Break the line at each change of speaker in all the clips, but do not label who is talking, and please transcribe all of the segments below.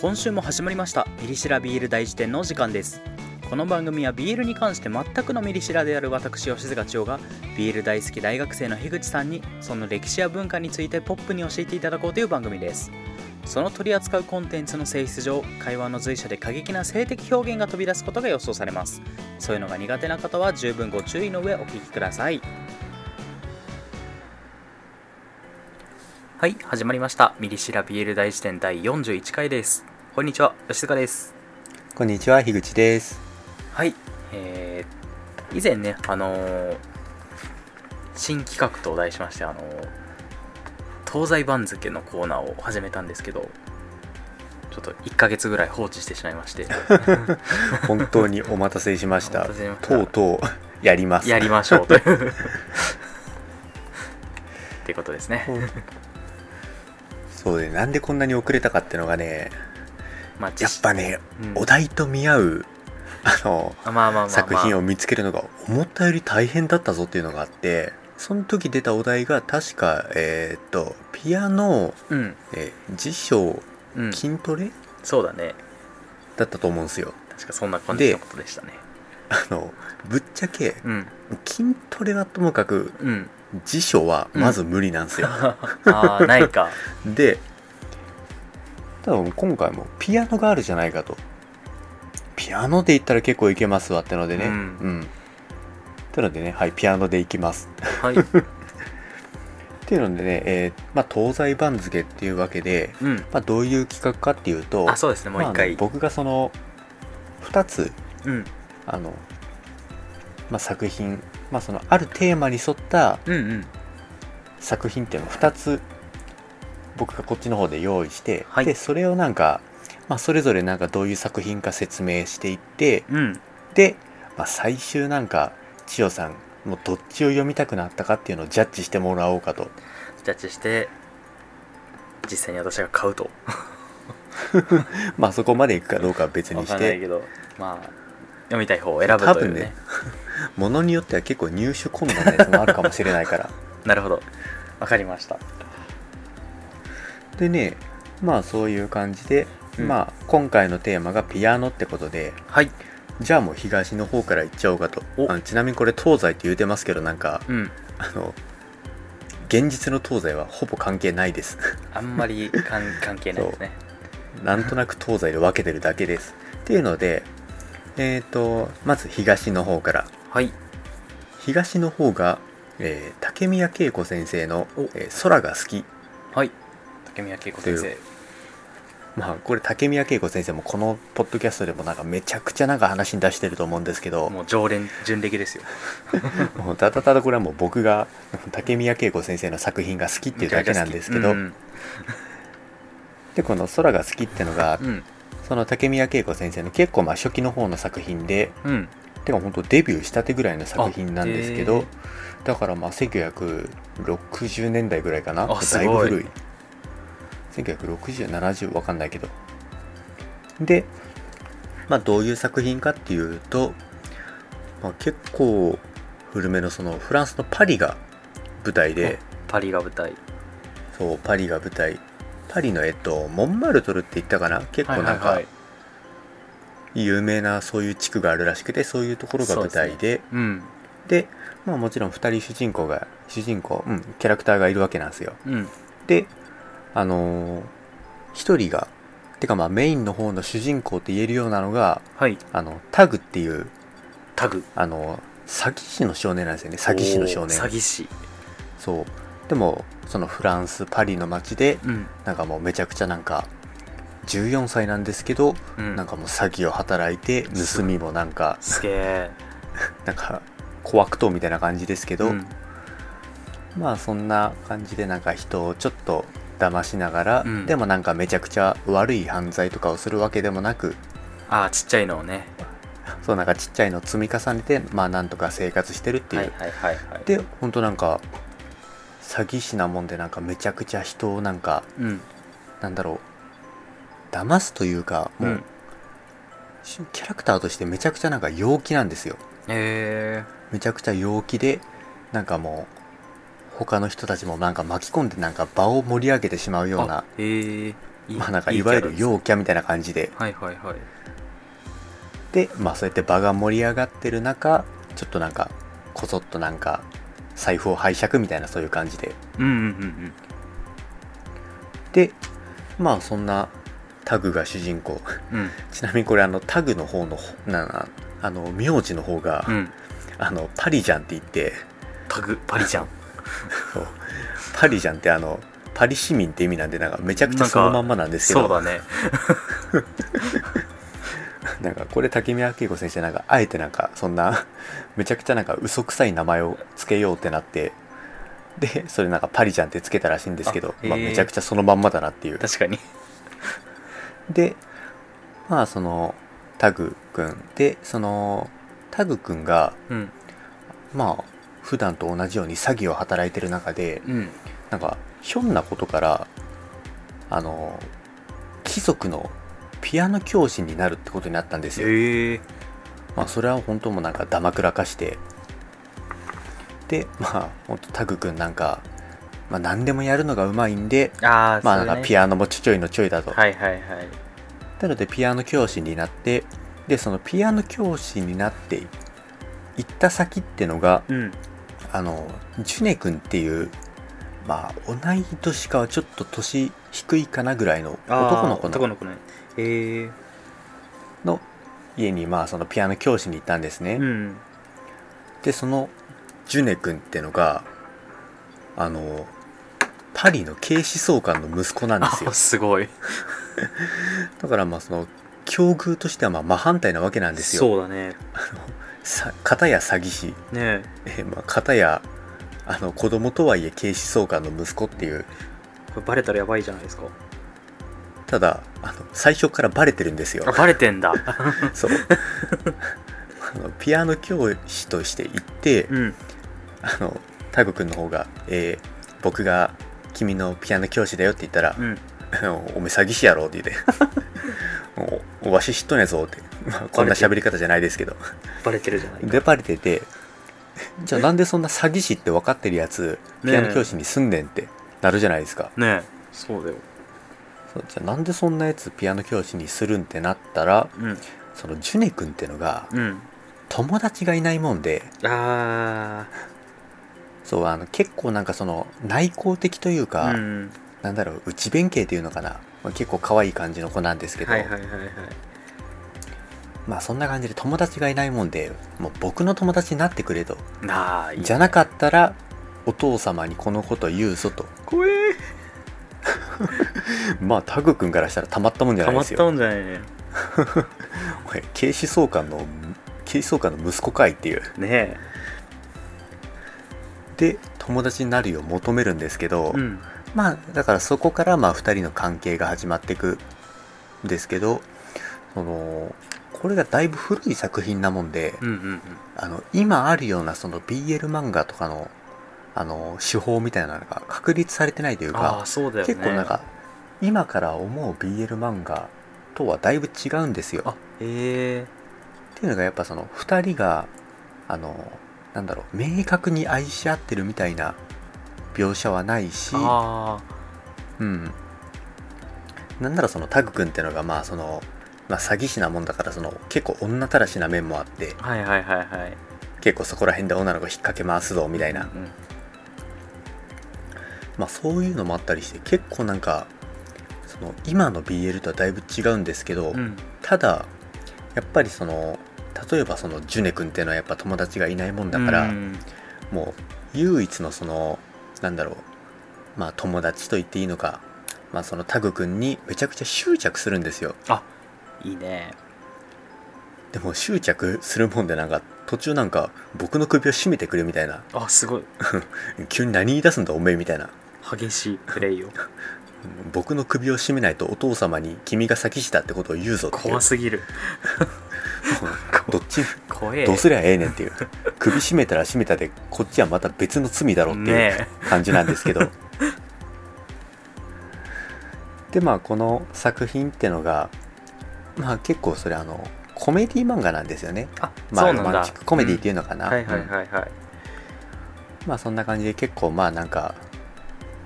今週も始まりましたミリシラビール大辞典のお時間ですこの番組はビールに関して全くのミリシラである私吉塚千代がビール大好き大学生の樋口さんにその歴史や文化についてポップに教えていただこうという番組ですその取り扱うコンテンツの性質上会話の随所で過激な性的表現が飛び出すことが予想されますそういうのが苦手な方は十分ご注意の上お聞きくださいはい始まりましたミリシラビール大辞典第41回ですこんにちは吉塚です
こんにちは、樋口です。
はいえー、以前ねあのー新企画と題しましてあのー東西番付のコーナーを始めたんですけどちょっと1ヶ月ぐらい放置してしまいまして
本当にお待たせしまし
お
た
待たせしまし。た
とうとうやります。
やりましょうという ってことですね
そうで、なんでこんなに遅れたかってのがね、
まあ
やっぱね、
うん
お題と見合うあの
まあまあまあまあ
作品を見つけるのが思ったより大変だったぞっていうのがあって、その時出たお題が確かえーっとピアノ、
うん
えー辞書
うん
筋トレ
そうだね
だったと思うんですよ。
確かそんな感じのことでしたね
あのぶっちゃけ
うん
筋トレはともかく
うん
辞書はまず無理なんですよ。
ああないか
で多分今回もピアノがあるじゃないかとピアノで言ったら結構いけますわってのでね
う
うんん、ってのでねはいピアノでいきます
はい
っていうのでね、えーまあ、東西番付っていうわけで、
うん
まあ、どういう企画かっていうと
あそうですねもう
ま
一
あ
回、
ね僕がその2つ
うん
あの、まあ、作品、まあ、そのあるテーマに沿った
うんうん
作品っていうのを2つ僕がこっちの方で用意して、
はい
でそれをなんか、まあ、それぞれなんかどういう作品か説明していって
うん
で、まあ、最終なんか千代さんもうどっちを読みたくなったかっていうのをジャッジしてもらおうかと
ジャッジして実際に私が買うと
まあそこまでいくかどうかは別
わ
に
か
し
んない
て
けどまあ読みたい方を選ぶというね
多分ねものによっては結構入手困難なやつもあるかもしれないから
なるほどわかりました
でねまあそういう感じで、
うん
まあ今回のテーマがピアノってことで
はい
じゃあもう東の方から行っちゃおうかと
お
あのちなみにこれ東西って言うてますけどなんか
うん
あの現実の東西はほぼ関係ないです
あんまりかん関係ないですね
なんとなく東西で分けてるだけですっていうのでえっ、とまず東の方から
はい
東の方が、えー竹宮恵子先生の
お
「えー空が好き
はい竹宮恵子先
とい
生」
まあこれ竹宮恵子先生もこのポッドキャストでもなんかめちゃくちゃなんか話に出してると思うんですけど
もう常連純歴ですよ
もうただただこれはもう僕が竹宮恵子先生の作品が好きっていうだけなんですけど、
うん
でこの「空が好き」ってのが
うん
その竹宮恵子先生の結構まあ初期の方の作品で
うん
てか本当デビューしたてぐらいの作品なんですけ
あへ
ど
ー、
だからまあ1960年代ぐらいかな
あす
だいぶ
ごい
古い196070わかんないけどで、まあ、どういう作品かっていうと、まあ、結構古めのそのフランスのパリが舞台で
パリが舞台
そうパリが舞台パリのえっとモンマルトルって言ったかな結構
は
なん
いはいは
か
い
有名なそういう地区があるらしくてそういうところが舞台
そう
で
うん
で、まあ、もちろん2人主人公が主人公、うん、キャラクターがいるわけなんですよ
うん
であのー、1人がてかまあメインの方の主人公って言えるようなのが
はい
あのタグっていう
タグ
あの詐欺師の少年なんですよね詐欺師の少年
おー詐欺師
そうでもそのフランスパリの街で
うん
なんかもうめちゃくちゃなんか14歳なんですけど、
うん
なんかもう詐欺を働いて盗みもなんか
すげえ
なんか小悪党みたいな感じですけど、
うん
まあそんな感じでなんか人をちょっと騙しながら、
うん
でもなんかめちゃくちゃ悪い犯罪とかをするわけでもなく
ああちっちゃいのをね
そうなんかちっちゃいのを積み重ねてまあなんとか生活してるっていう、
はいはいはいはい
でほんとなんか詐欺師なもんでなんかめちゃくちゃ人をなんか
うん
なんだろう騙すというか
う
もう、
ん
キャラクターとしてめちゃくちゃなんか陽気なんですよ
へえ
めちゃくちゃ陽気でなんかもう他の人たちもなんか巻き込んでなんか場を盛り上げてしまうような
へえ
まあなんかい
い
わゆる
キャラ
陽キャみたいな感じ
で
で
すはいはいはい
でまあそうやって場が盛り上がってる中ちょっとなんかこそっとなんか財布を拝借みたいなそういう感じで
うんうんうん
でまあそんなタグが主人公
うんうん
ちなみにこれあのタグの方のななあの名字の方が、
うん
あのパリジャンって言って
タグパリちゃん
そうパリジャンってあのパリ市民って意味なんでなんかめちゃくちゃそのまんまなん ですけ
そう
ど
だね
なんかこれ竹宮明子先生なんかあえてなんかそんな めちゃくちゃなんか嘘くさい名前をつけようってなってでそれなんかパリジャンってつけたらしいんですけど
あへー
まあ、めちゃくちゃそのまんまだなっていう
確かに
でまあそのタグくんでそのタグくんが
うん
まあ普段と同じように詐欺を働いてる中で
うん
なんかひょんなことからあの貴族のピアノ教師になるってことになったんですよ、
ええ
まあ、それは本当もうなんかだまくらかしてでまあ本当タグくんなんか、まあ、何でもやるのがうまいんで
ああ
まあなんかピ
ア
アノもちょちょいのちょいだと、
はいはいはい
なのでピアノ教師になってでそのピアノ教師になってい行った先ってのが
うん
あのジュネ君っていうまあ同い年かはちょっと年低いかなぐらいの
あー
男の子
男
の
の子ねええ
の家にまあそのピアノ教師に行ったんですね、
うん
でそのジュネ君ってのがあのパリの警視総監の息子なんですよ
あすごい
だからまあその境遇としてはまあ真反対なわけなんですよ
そうだね
さ片や詐欺師
ね
えーまあ、片やあの子供とはいえ警視総監の息子っていう
これバレたらやばいじゃないですか
ただあの最初からバレてるんですよ
あバレてん だ
そうあのピアノ教師として行って
うん
あのタグ君の方が、えー僕が君のピアノ教師だよ」って言ったら
うん
あの 「おめえ詐欺師やろ」って 言ってお「わし知っとんやぞ」って、まあ、こんな喋り方じゃないですけど
バレてるじゃないか
でバレててじゃあなんでそんな詐欺師って分かってるやつピアノ教師に住んでんってなるじゃないですか、
ねえそうだよ
そうじゃあなんでそんなやつピアノ教師にするんってなったら
うん
そのジュネ君ってのが
うん
友達がいないもんで
あ
そうあの結構なんかその内向的という
あ
か、
うん
なんだろう内弁慶っていうのかな、まあ、結構可愛い感じの子なんですけど、
はいはいはいはい
まあそんな感じで友達がいないもんでもう僕の友達になってくれと
なあいい
じゃなかったらお父様にこのこと言うぞと
怖え
まあタグ君からしたらたまったもんじゃ
た
ない
ま
で
っ
す
た
よ
もんじゃないね
おい警視総監の警視総監の息子かいっていう
ね
で友達になるよう求めるんですけど、
えうん
まあだからそこからまあ2人の関係が始まっていくんですけどそのこれがだいぶ古い作品なもんで、
うんうんうん
あの今あるようなその BL 漫画とかのあの手法みたいなのが確立されてないという
ああ
か、
そうだよね
結構なんか今から思う BL 漫画とはだいぶ違うんですよ。
あええ
っていうのがやっぱその2人があのなんだろう明確に愛し合ってるみたいな描写はないし
あ
うん、なんならそのタグ君ってのがまあその、まあ、詐欺師なもんだからその結構女たらしな面もあって
あはいはいはいはい
結構そこら辺で女の子引っ掛け回すぞみたい
う
な、
ん
まあ、そういうのもあったりして結構なんかその今の BL とはだいぶ違うんですけど、
うん
ただやっぱりその例えばそのジュネ君っていうのはやっぱ友達がいないもんだから、
うん
もう唯一のそのなんだろうまあ友達と言っていいのか、まあ、そのタグ君にめちゃくちゃ執着するんですよ
いいね
でも執着するもんでなんか途中なんか僕の首を絞めてくれみたいな
あすごい
急に何言い出すんだおめえみたいな
激しいプレ イを
僕の首を絞めないとお父様に君が先したってことを言うぞっていう
怖すぎる
どっちも
怖え
どうすりゃええね んっていう首絞めたら絞めたでこっちはまた別の罪だろっていう
ね
感じなんです けど、でまあこの作品ってのがまあ結構それあのコメディ漫画なんですよね
えあ
ま
そ
あ
うな
ロ
ん
マン
だ
チックコメディっていうのかな、
はいはい
うん
はいはい
まあそんな感じで結構まあなんか、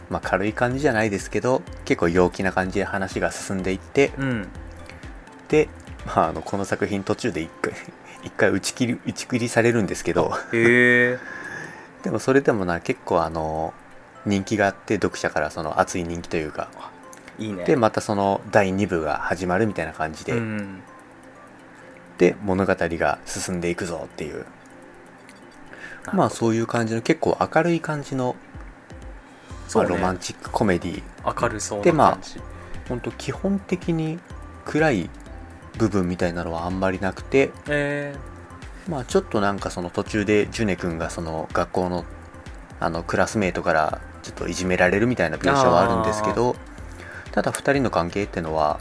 まあ、軽い感じじゃないですけど、結構陽気な感じで話が進んでいって
うん
で、まあ、あのこの作品途中で一回 一回打ち切り打ち切りされるんですけど
へえ
でもそれでもな結構あの人気があって読者からその熱い人気というか
いいね
でまたその第2部が始まるみたいな感じで、
うん
で物語が進んでいくぞっていう
ほど
まあそういう感じの結構明るい感じの、
そ
まあ、
うね
ロマンチックコメディ
明るそうな
でまあ
感じ、
ほんと基本的に暗い部分みたいなのはあんまりなくて
え
まあちょっとなんかその途中でジュネ君がその学校のあのクラスメートからちょっといじめられるみたいな描写はあるんですけどただ2人の関係ってのは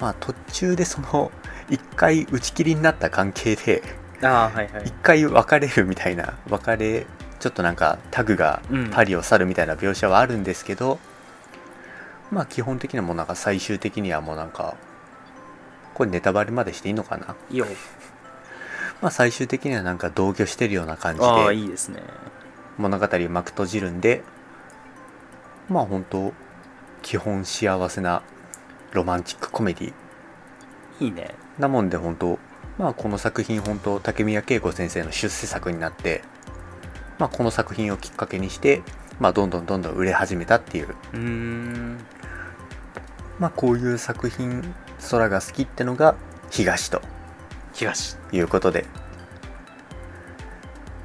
まあ途中でその1回 打ち切りになった関係で
ー、ああはいはい
1回別れるみたいな別れちょっとなんかタグが
うん
パリを去るみたいな描写はあるんですけど、まあ基本的にはもうなんか最終的にはもうなんかこれネタバレまでしていいのかな、
いいよ
まあ、最終的にはなんか同居してるような感じ
ああ
で
いいですね
物語を幕閉じるんでまあ本当基本幸せなロマンチックコメディ
いいね
なもんで本当まあこの作品本当竹宮恵子先生の出世作になって、まあ、この作品をきっかけにして、まあ、どんどんどんどん売れ始めたっていう、
うーん
まあ、こういう作品空が好きってのが東と
東
いうことで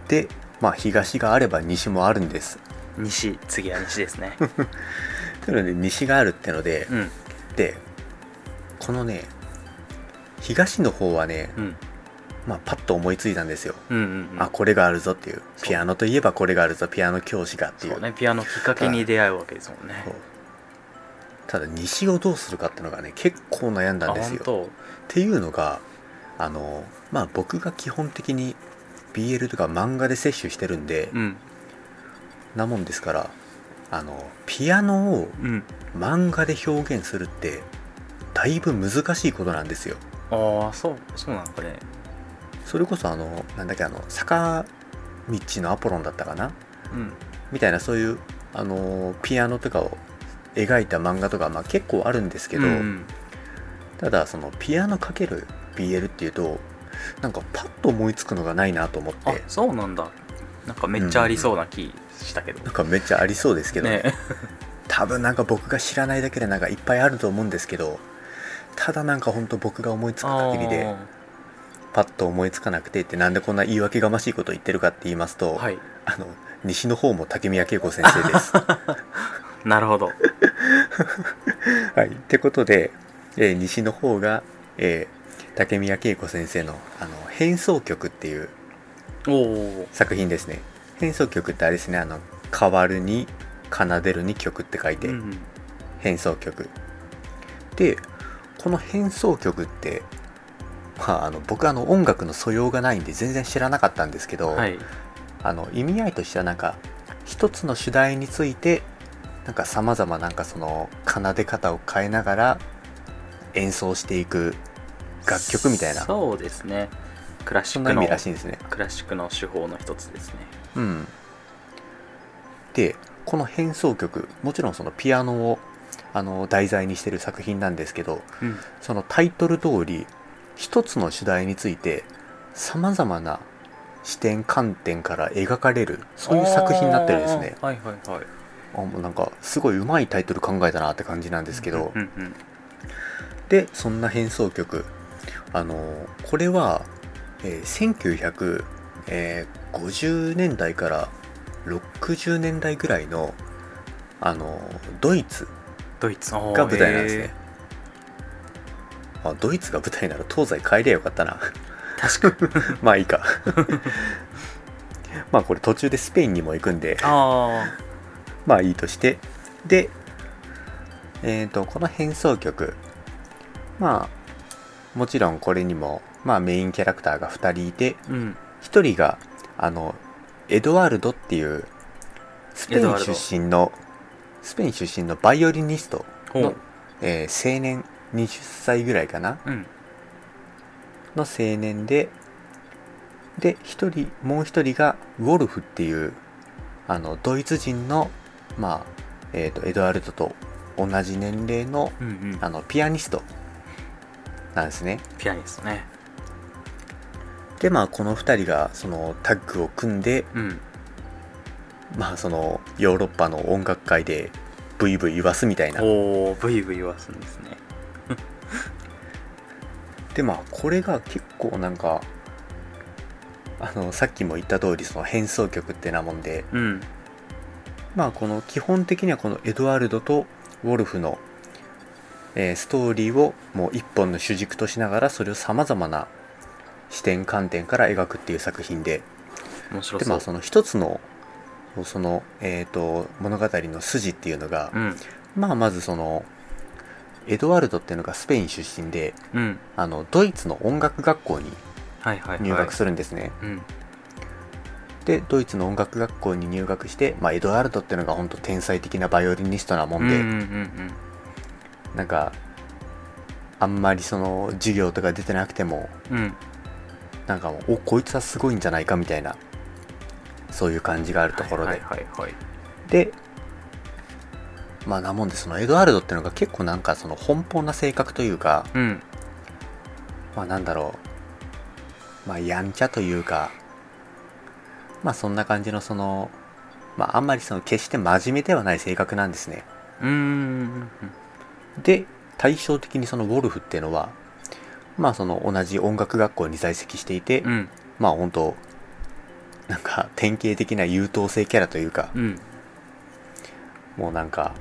で、まあ、東があれば西もあるんです
西次は西です ね
というので西があるってので
うん
でこのね東の方はね、
うん
まあ、パッと思いついたんですよ
うんうんうん
あこれがあるぞっていう
そう
ピアノといえばこれがあるぞピアノ教師がっていう
そうねピアノきっかけに出会うわけですもんね
そうただ西をどうするかってのがね結構悩んだんですよ
あ本
っていうのがあのまあ僕が基本的に BL とか漫画で摂取してるんで、
当うん
なもんですからあのピアノを
うん
漫画で表現するってだいぶ難しいことなんですよ
ああそうそうなんかね
それこそあのなんだっけあの坂道のアポロンだったかな
うん
みたいなそういう、あのーピアノとかを描いた漫画とか、まあ、結構あるんですけど、
うん
ただそのピアノかける BL っていうとなんかパッと思いつくのがないなと思っ
あ
て
そうなんだなんかめっちゃありそうな気したけど、
なんかめっちゃありそうですけど、
ね
多分なんか僕が知らないだけでなんかいっぱいあると思うんですけどただなんかほんと僕が思いつく限りでパッと思いつかなくてってなんでこんな言い訳がましいこと言ってるかって言います
あ
と、
ーはい
あの西の方も竹宮恵子先生です。
なるほど
はい、ってことで、えー西の方が、えー竹宮恵子先生のあの変奏曲っていう
おお
作品ですね変奏曲ってあれですねあの変わるに奏でるに曲って書いて、
うん
変奏曲でこの変奏曲って、まあ、あの僕あの音楽の素養がないんで全然知らなかったんですけど、
はい
あの意味合いとしてはなんか一つの主題についてなんかさまざまなんかその奏で方を変えながら演奏していく楽曲みたいなそ
そうですねクラシッ
んな
ク
意
の
味らしいんですね。
クラシックの手法の一つですね
うん、でこの変奏曲もちろんそのピアノをあの題材にしてる作品なんですけど
うん
そのタイトル通り一つの主題についてさまざまな視点観点から描かれるそういう作品になってるんですね。
あーはいはいはい
あもうなんかすごいうまいタイトル考えたなって感じなんですけど、
うんうん
でそんな変奏曲あのーこれは、えー1950年代から60年代ぐらいのあのードイツ
ドイツが
が舞台なんですね、あドイツが舞台なら東西帰りゃよかったな
確かに
まあいいかまあこれ途中でスペインにも行くんで
あ
まあいいとしてでえー、とこの変奏曲まあもちろんこれにも、まあ、メインキャラクターが2人いて
あうん
1人があのエドワルドっていうスペイ
エドワ
ン
ルド
出身のスペイン出身のバイオリニスト
ほ
の
う、
えー青年20歳ぐらいかな
うん、
の青年でで一人もう一人がウォルフっていうあのドイツ人のまあえっ、とエドワルドと同じ年齢の
うんうん
あのピアニストなんですね。
ピアニストね
でまあこの2人がそのタッグを組んで、
うん
まあ、そのヨーロッパの音楽界でブイブイ言わすみたいな。
おおブイブイ言わすんですね
でまあこれが結構なんかあのさっきも言った通りその変奏曲ってなもんで
うん
まあこの基本的にはこのエドワルドとウォルフの、えーストーリーをもう一本の主軸としながらそれをさまざまな視点観点から描くっていう作品で
面白
で
そ
ま
う
あその一つのその、えー、と物語の筋っていうのが、
うん
まあまずそのエドワルドっていうのがスペイン出身で
うん
あのドイツの音楽学校に
はいはいはい
入学するんですね。
うん
でドイツの音楽学校に入学して、まあ、エドワルドっていうのが本当天才的なバイオリニストなも
うん
んで、
うんうん
なんかあんまりその授業とか出てなくても
うんうん
なんかもうおこいつはすごいんじゃないかみたいなそういう感じがあるところで、
はいはいはいはい
でまあなもんでそのエドワルドっていうのが結構なんかその奔放な性格というか
うん
まあなんだろうまあやんちゃというかまあそんな感じのそのまああんまりその決して真面目ではない性格なんですね
うんうん
で対照的にそのウォルフっていうのはまあその同じ音楽学校に在籍していて、
うんうん
まあ本当なんか典型的な優等生キャラというか、
うん
もうなんか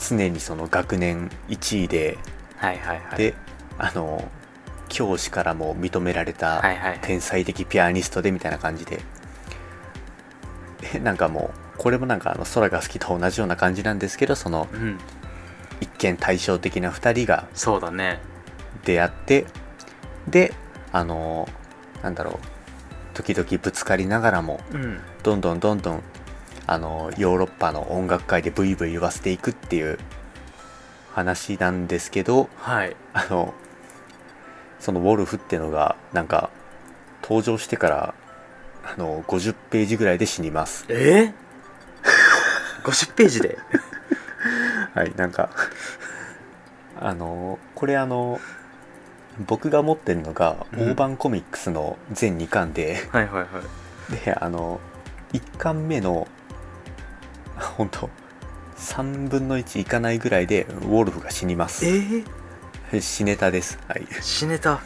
常にその学年1位で、
はいはいはい
であの教師からも認められ
はい
た
はいはい
天才的ピアニストでみたいな感じで、でなんかもうこれもなんかあの空が好きと同じような感じなんですけどその
うん
一見対照的な2人が
そうだね
出会ってであのなんだろう時々ぶつかりながらも
うん
どんどんどんどんあのヨーロッパの音楽界でブイブイ言わせていくっていう話なんですけど
はい
あのそのウォルフっていうのがなんか登場してからあの50ページぐらいで死にます
えー、50ページで
はいなんか あのこれあの僕が持ってるのが
うん
大判コミックスの全2巻で、
はいはいはい
であの1巻目の本当3分の1いかないぐらいでウォルフが死にます
えー、
死ネタです、はい、だか
死ねた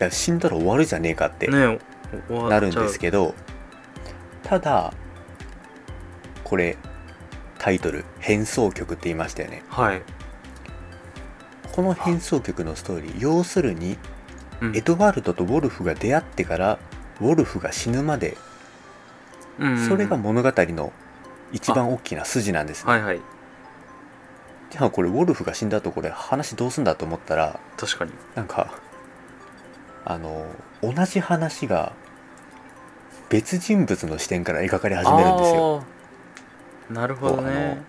ら死んだら終わるじゃねえかって
ねおお終わっちゃう
なるんですけど、ただこれタイトル「変奏曲」って言いましたよね
はい、
この変奏曲のストーリー要するに
うん
エドワルドとウォルフが出会ってからウォルフが死ぬまで
うんうんうん
それが物語の一番大きな筋なんですね
はいはい
じゃあこれウォルフが死んだとこれ話どうすんだと思ったら
確かに
なんかあの同じ話が別人物の視点から描かれ始めるんですよ
あーなるほどね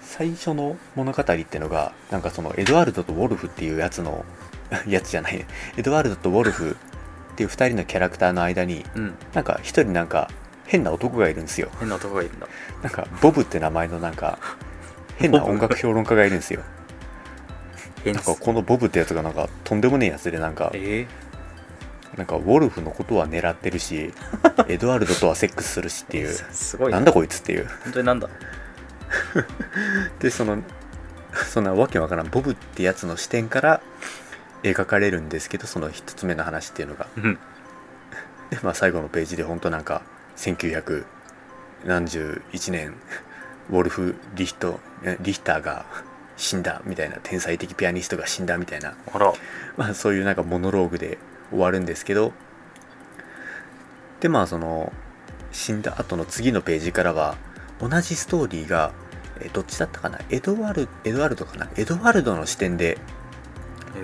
最初の物語ってのがなんかそのエドワルドとウォルフっていうやつの やつじゃないエドワルドとウォルフっていう2人のキャラクターの間に
うん
なんか1人なんか変な男がいるんですよ
変なとこがいるんだ
なんかボブって名前のなんか変な音楽評論家がいるんですよ
変
なんかこのボブってやつがなんかとんでもねえやつでなんか
え
なんかウォルフのことは狙ってるし エドワルドとはセックスするしって
ー、
いう
すすごいね
なんだこいつっていう
本当になんだ
でその そんなわけわからんボブってやつの視点から描かれるんですけどその一つ目の話っていうのが
うん
で、まあ、最後のページで本当なんか1971年ウォルフ・リヒトえリヒターが死んだみたいな天才的ピアニストが死んだみたいな
あら
まあ、そういうなんかモノローグで終わるんですけどでまあその死んだ後の次のページからは同じストーリーがえどっちだったかなエドワルエドワルドかなエドワルドの視点で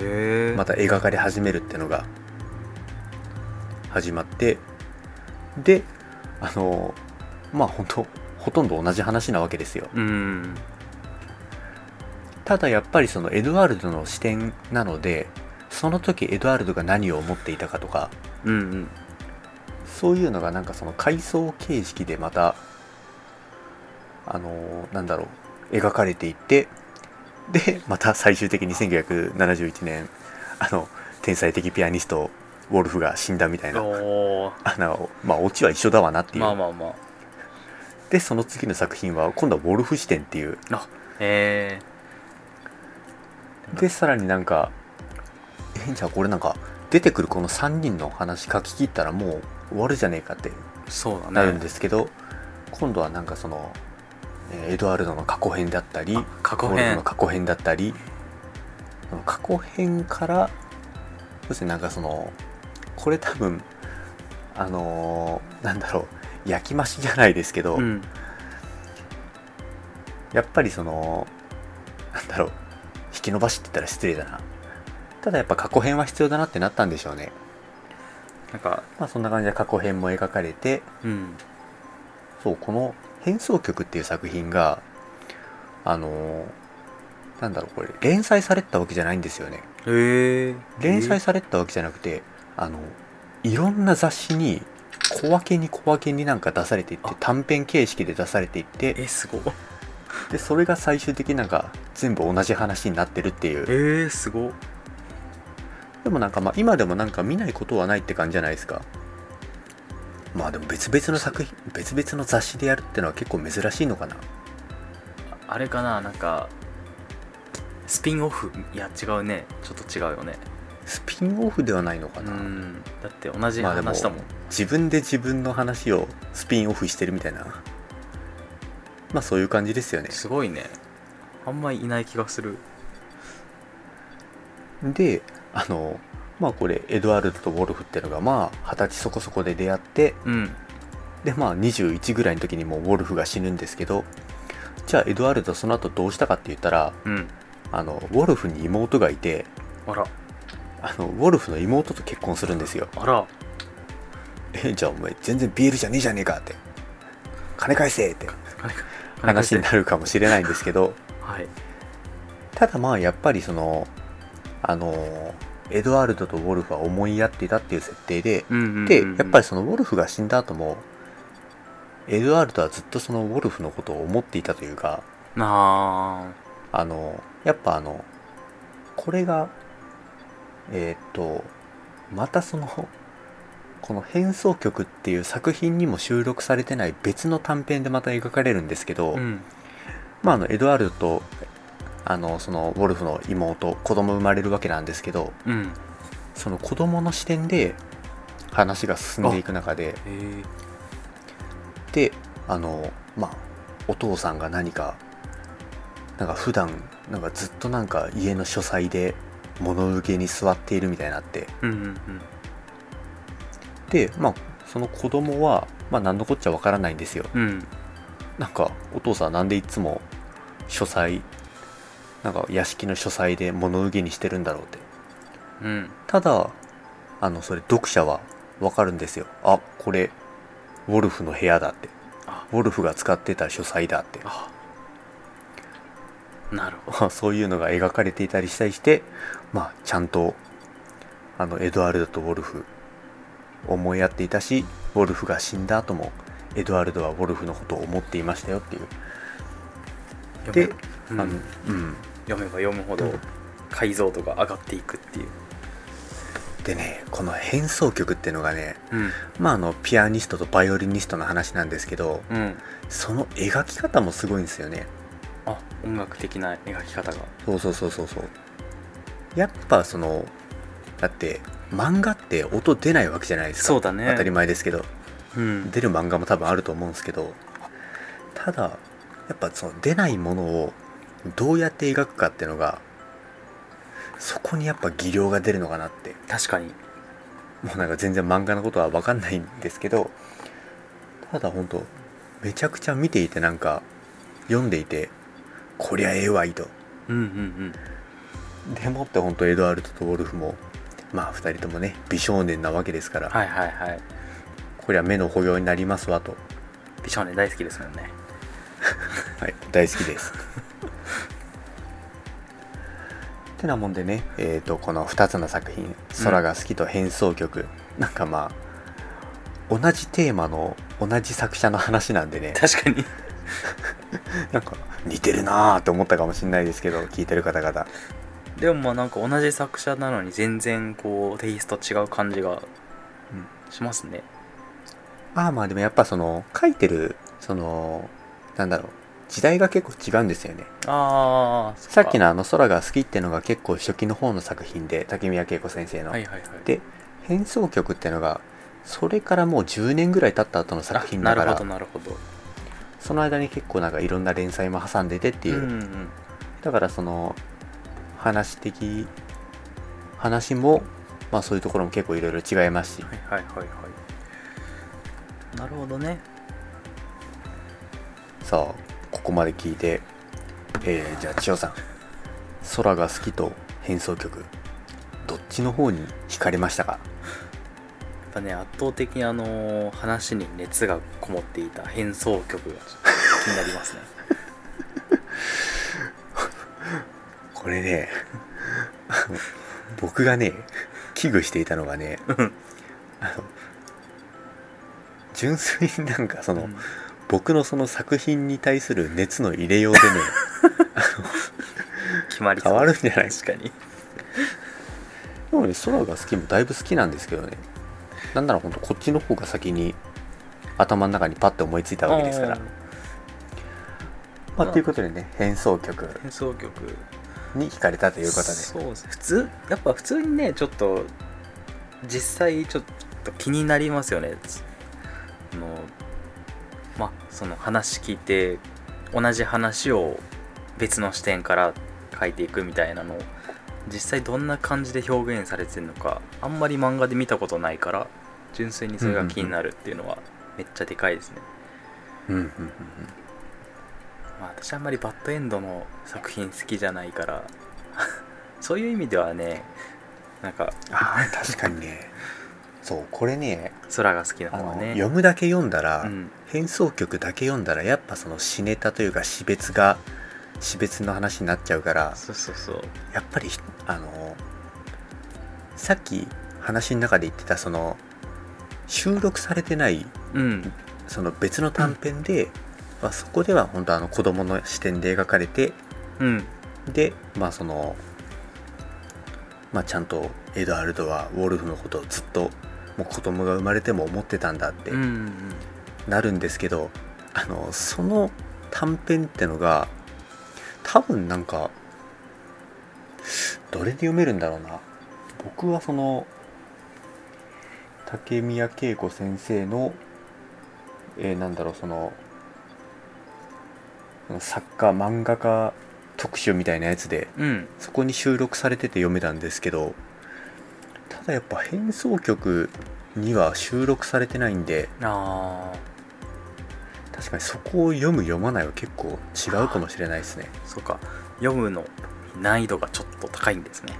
えー、
また描かれ始めるってのが始まってであのまあ本当ほとんど同じ話なわけですよ
うん
ただやっぱりそのエドワルドの視点なのでその時エドワルドが何を思っていたかとか
うんうん
そういうのがなんかその階層形式でまたあのーなんだろう描かれていってでまた最終的に1971年あの天才的ピアニストウォルフが死んだみたいな
おー
あの、まあ、オチは一緒だわなっていう、
まあまあまあ
でその次の作品は今度はウォルフ視点っていう
あえ
でさらになんかえじゃあこれなんか出てくるこの3人の話書き切ったらもう終わるじゃねえかって
ー、そうだね
なるんですけど、今度はなんかそのえーエドワルドの過去編だったり
あ過去
ウォルフの
編
過去編だったりその過去編からそうですねなんかそのこれ多分あのーなんだろう焼き増しじゃないですけど、
うん
やっぱりそのなんだろう引き伸ばしって言ったら失礼だなただやっぱ過去編は必要だなってなったんでしょうね
なんか
まあそんな感じで過去編も描かれて
うん
そうこの「変奏曲」っていう作品があのーなんだろうこれ連載されてたわけじゃないんですよね
へえ
連載されてたわけじゃなくてあのいろんな雑誌に小分けに小分けになんか出されていって
あ
短編形式で出されていって
えすご
でそれが最終的になんか全部同じ話になってるっていう
えー、すご
でもなんかまあ今でもなんか見ないことはないって感じじゃないですかまあでも別々の作品別々の雑誌でやるってのは結構珍しいのかな
あれかななんかスピンオフいや違うねちょっと違うよね
スピンオフではないのか
う
な、
んだって同じ
まあでも
話だもん、
自分で自分の話をスピンオフしてるみたいなまあそういう感じですよね
すごいねあんまりいない気がする
であのまあこれエドワルドとウォルフってのがまあ二十歳そこそこで出会って
うん
でまあ21ぐらいの時にもうウォルフが死ぬんですけどじゃあエドワルドその後どうしたかって言ったら
うん
あのウォルフに妹がいて
あら
あのウォルフの妹と結婚するんですよ
あら
えじゃあお前全然 BL じゃねえじゃねえかって金返せって話にな
る
るかもしれないんですけど
はい
ただまあやっぱりそのあのエドワルドとウォルフは思い合っていたっていう設定で
うんうんうんうん
でやっぱりそのウォルフが死んだ後もエドワルドはずっとそのウォルフのことを思っていたというか
な
あのやっぱあのこれがえーっとまたそのこの「変奏曲」っていう作品にも収録されてない別の短編でまた描かれるんですけ
あ
ど、
うん
まあ、あのエドワルドとあのそのウォルフの妹子供生まれるわけなんですけど
うん
その子供の視点で話が進んでいく中で
えー、
であのまあお父さんが何かなんか普段なんかずっとなんか家の書斎で物受けに座っているみたいになって
うんうん
でまあその子供はまあ何のこっちゃわからないんですよ
うんうん
なんかお父さんはなんでいつも書斎なんか屋敷の書斎で物受けにしてるんだろうって
うん
ただあのそれ読者はわかるんですよあこれウォルフの部屋だって
あ
ウォルフが使ってた書斎だって
あなるほど
まあ そういうのが描かれていたりしたりして、まあ、ちゃんとあのエドワルドとウォルフ思い合っていたしウォルフが死んだ後もエドワルドはウォルフのことを思っていましたよっていう、
読め
で
うん
あのうん、
読めば読むほど解像度が上がっていくっていう
でねこの変奏曲っていうのがね、
うん
まあ、あのピアニストとバイオリニストの話なんですけど
うん
その描き方もすごいんですよね
あ音楽的な描き方が
そうそうそうそうそうやっぱそのだって漫画って音出ないわけじゃないですか
そうだね
当たり前ですけど
うん
出る漫画も多分あると思うんですけどただやっぱその出ないものをどうやって描くかっていうのがそこにやっぱ技量が出るのかなって
確かに
もうなんか全然漫画のことは分かんないんですけどただ本当めちゃくちゃ見ていてなんか読んでいてこりゃええわいと
うんうん
でもって本当エドワルドとウォルフもまあ2人ともね美少年なわけですから、
うんはいはいはい
こりゃ目の保養になりますわと、
美少年大好きですもんね
はい、大好きです。 てなもんでね、えー、とこの2つの作品「空が好き」と「変奏曲」なんかまあ 同じテーマの同じ作者の話なんでね
確かに
なんか似てるなーと思ったかもしれないですけど聞いてる方々
でもまあなんか同じ作者なのに全然こうテイスト違う感じが
うん
しますね、
ああまあでもやっぱその書いてるそのなんだろう時代が結構違うんですよね
ああ
さっきのあの空が好きってのが結構初期の方の作品で竹宮恵子先生の、
はいはいはい
で変奏曲ってのがそれからもう10年ぐらい経った後の作品だ
な
か
るほど
ら
なるほどっ
その間に結構なんかいろんな連載も挟んでてっていう、
んうん、
だからその話的話もまあそういうところも結構いろいろ違いますし
はいはいはいはいなるほどね
さあここまで聞いてえー、じゃあ千代さん空が好きと変奏曲どっちの方に惹かれましたか
やっぱね圧倒的にあのー話に熱がこもっていた変奏曲が気になります ね
これね僕がね危惧していたのがね
うん
あの純粋になんかその、
うん
僕のその作品に対する熱の入れようでね
決まりそう
変わるんじゃない
確かに
でもね空が好きもだいぶ好きなんですけどねなんならほんとこっちの方が先に頭の中にパッて思いついたわけですから
うん
まあ、ということでね変奏曲
変奏曲
に惹かれたということで
そうです普通やっぱ普通にねちょっと実際ちょっと気になりますよねあのまあその話聞いて同じ話を別の視点から書いていくみたいなのを実際どんな感じで表現されてるのかあんまり漫画で見たことないから純粋にそれが気になるっていうのはめっちゃでかいですね、
うんうんうんうん
まあ、私あんまりバッドエンドの作品好きじゃないから そういう意味ではねなんか
あー確かにねそうこれね
空が好きな
あ
方
の
はね
読むだけ読んだら、
うん、
変奏曲だけ読んだらやっぱその詩ネタというか死別が死別の話になっちゃうから
そうそうそう
やっぱりひあのさっき話の中で言ってたその収録されてない
うん
その別の短編で、まあ、そこでは本当あの子供の視点で描かれて
うん
でまあその、まあ、ちゃんとエドアルドはウォルフのことをずっともう子供が生まれても思ってたんだって
うんうん
なるんですけどあのその短編ってのが多分なんかどれで読めるんだろうな僕はその竹宮恵子先生の、えーなんだろうその作家漫画家特集みたいなやつで
うん
そこに収録されてて読めたんですけどただやっぱ変奏曲には収録されてないんで
ああ
確かにそこを読む読まないは結構違うかもしれないですね
そうか読むの難易度がちょっと高いんですね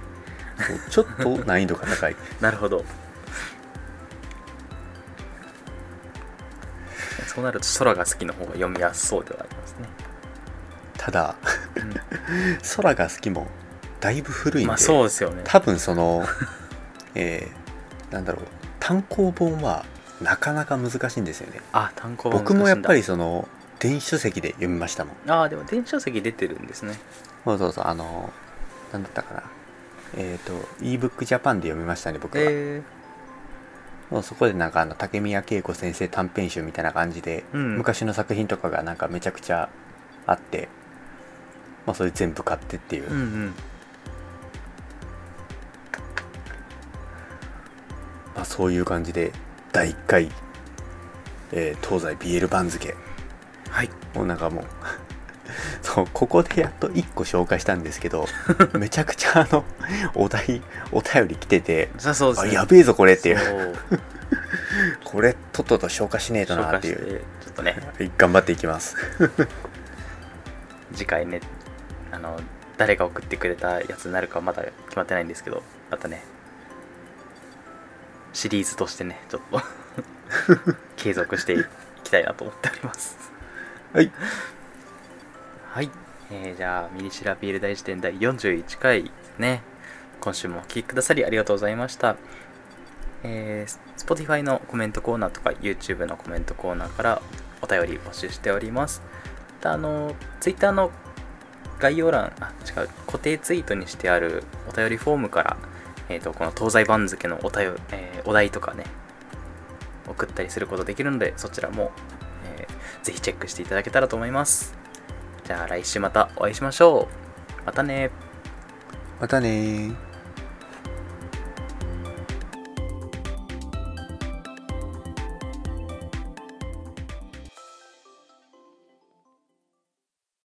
そうちょっと難易度が高い
なるほどそうなると空が好きの方が読みやすそうではありますね
た だ、空が好きもだいぶ古いんで、
まあそうですよね
多分その えーなんだろう単行本はなかなか難しいんですよね
あ単行本
僕もやっぱり
難し
その電子書籍で読みましたもん
いんだああでも電子書籍出てるんですね
そうそうそうあのなんだったかなえっ、と ebook ジャパンで読みましたね僕は、
え
もうそこでなんかあの竹宮恵子先生短編集みたいな感じで、
うん
昔の作品とかがなんかめちゃくちゃあって、まあ、それ全部買ってっていう、
ー、うんうん
まあ、そういう感じで第1回、えー東西 BL 番付
はい
もうなんかもう そうここでやっと1個紹介したんですけ どめちゃくちゃあのお題お便り来てて。
さそうです
あ
ね
やべえぞこれっていう
そう
これとっとと消化しねえとなってい
紹
う、
介してちょっとね
はい頑張っていきます
次回ねあの誰が送ってくれたやつになるかまだ決まってないんですけどまたねシリーズとしてねちょっ と継続していきたいなと思っております
はい
はい、えーじゃあミニシラビール大辞典第41回ですね今週もお聴きくださりありがとうございましたえー、Spotify のコメントコーナーとか YouTube のコメントコーナーからお便り募集しておりますターのツイッターの概要欄あ違う固定ツイートにしてあるお便りフォームから、えー、とこの東西番付のお便、えーお題とかね送ったりすることできるのでそちらも、えーぜひチェックしていただけたらと思いますじゃあ来週またお会いしましょうまたね
またねー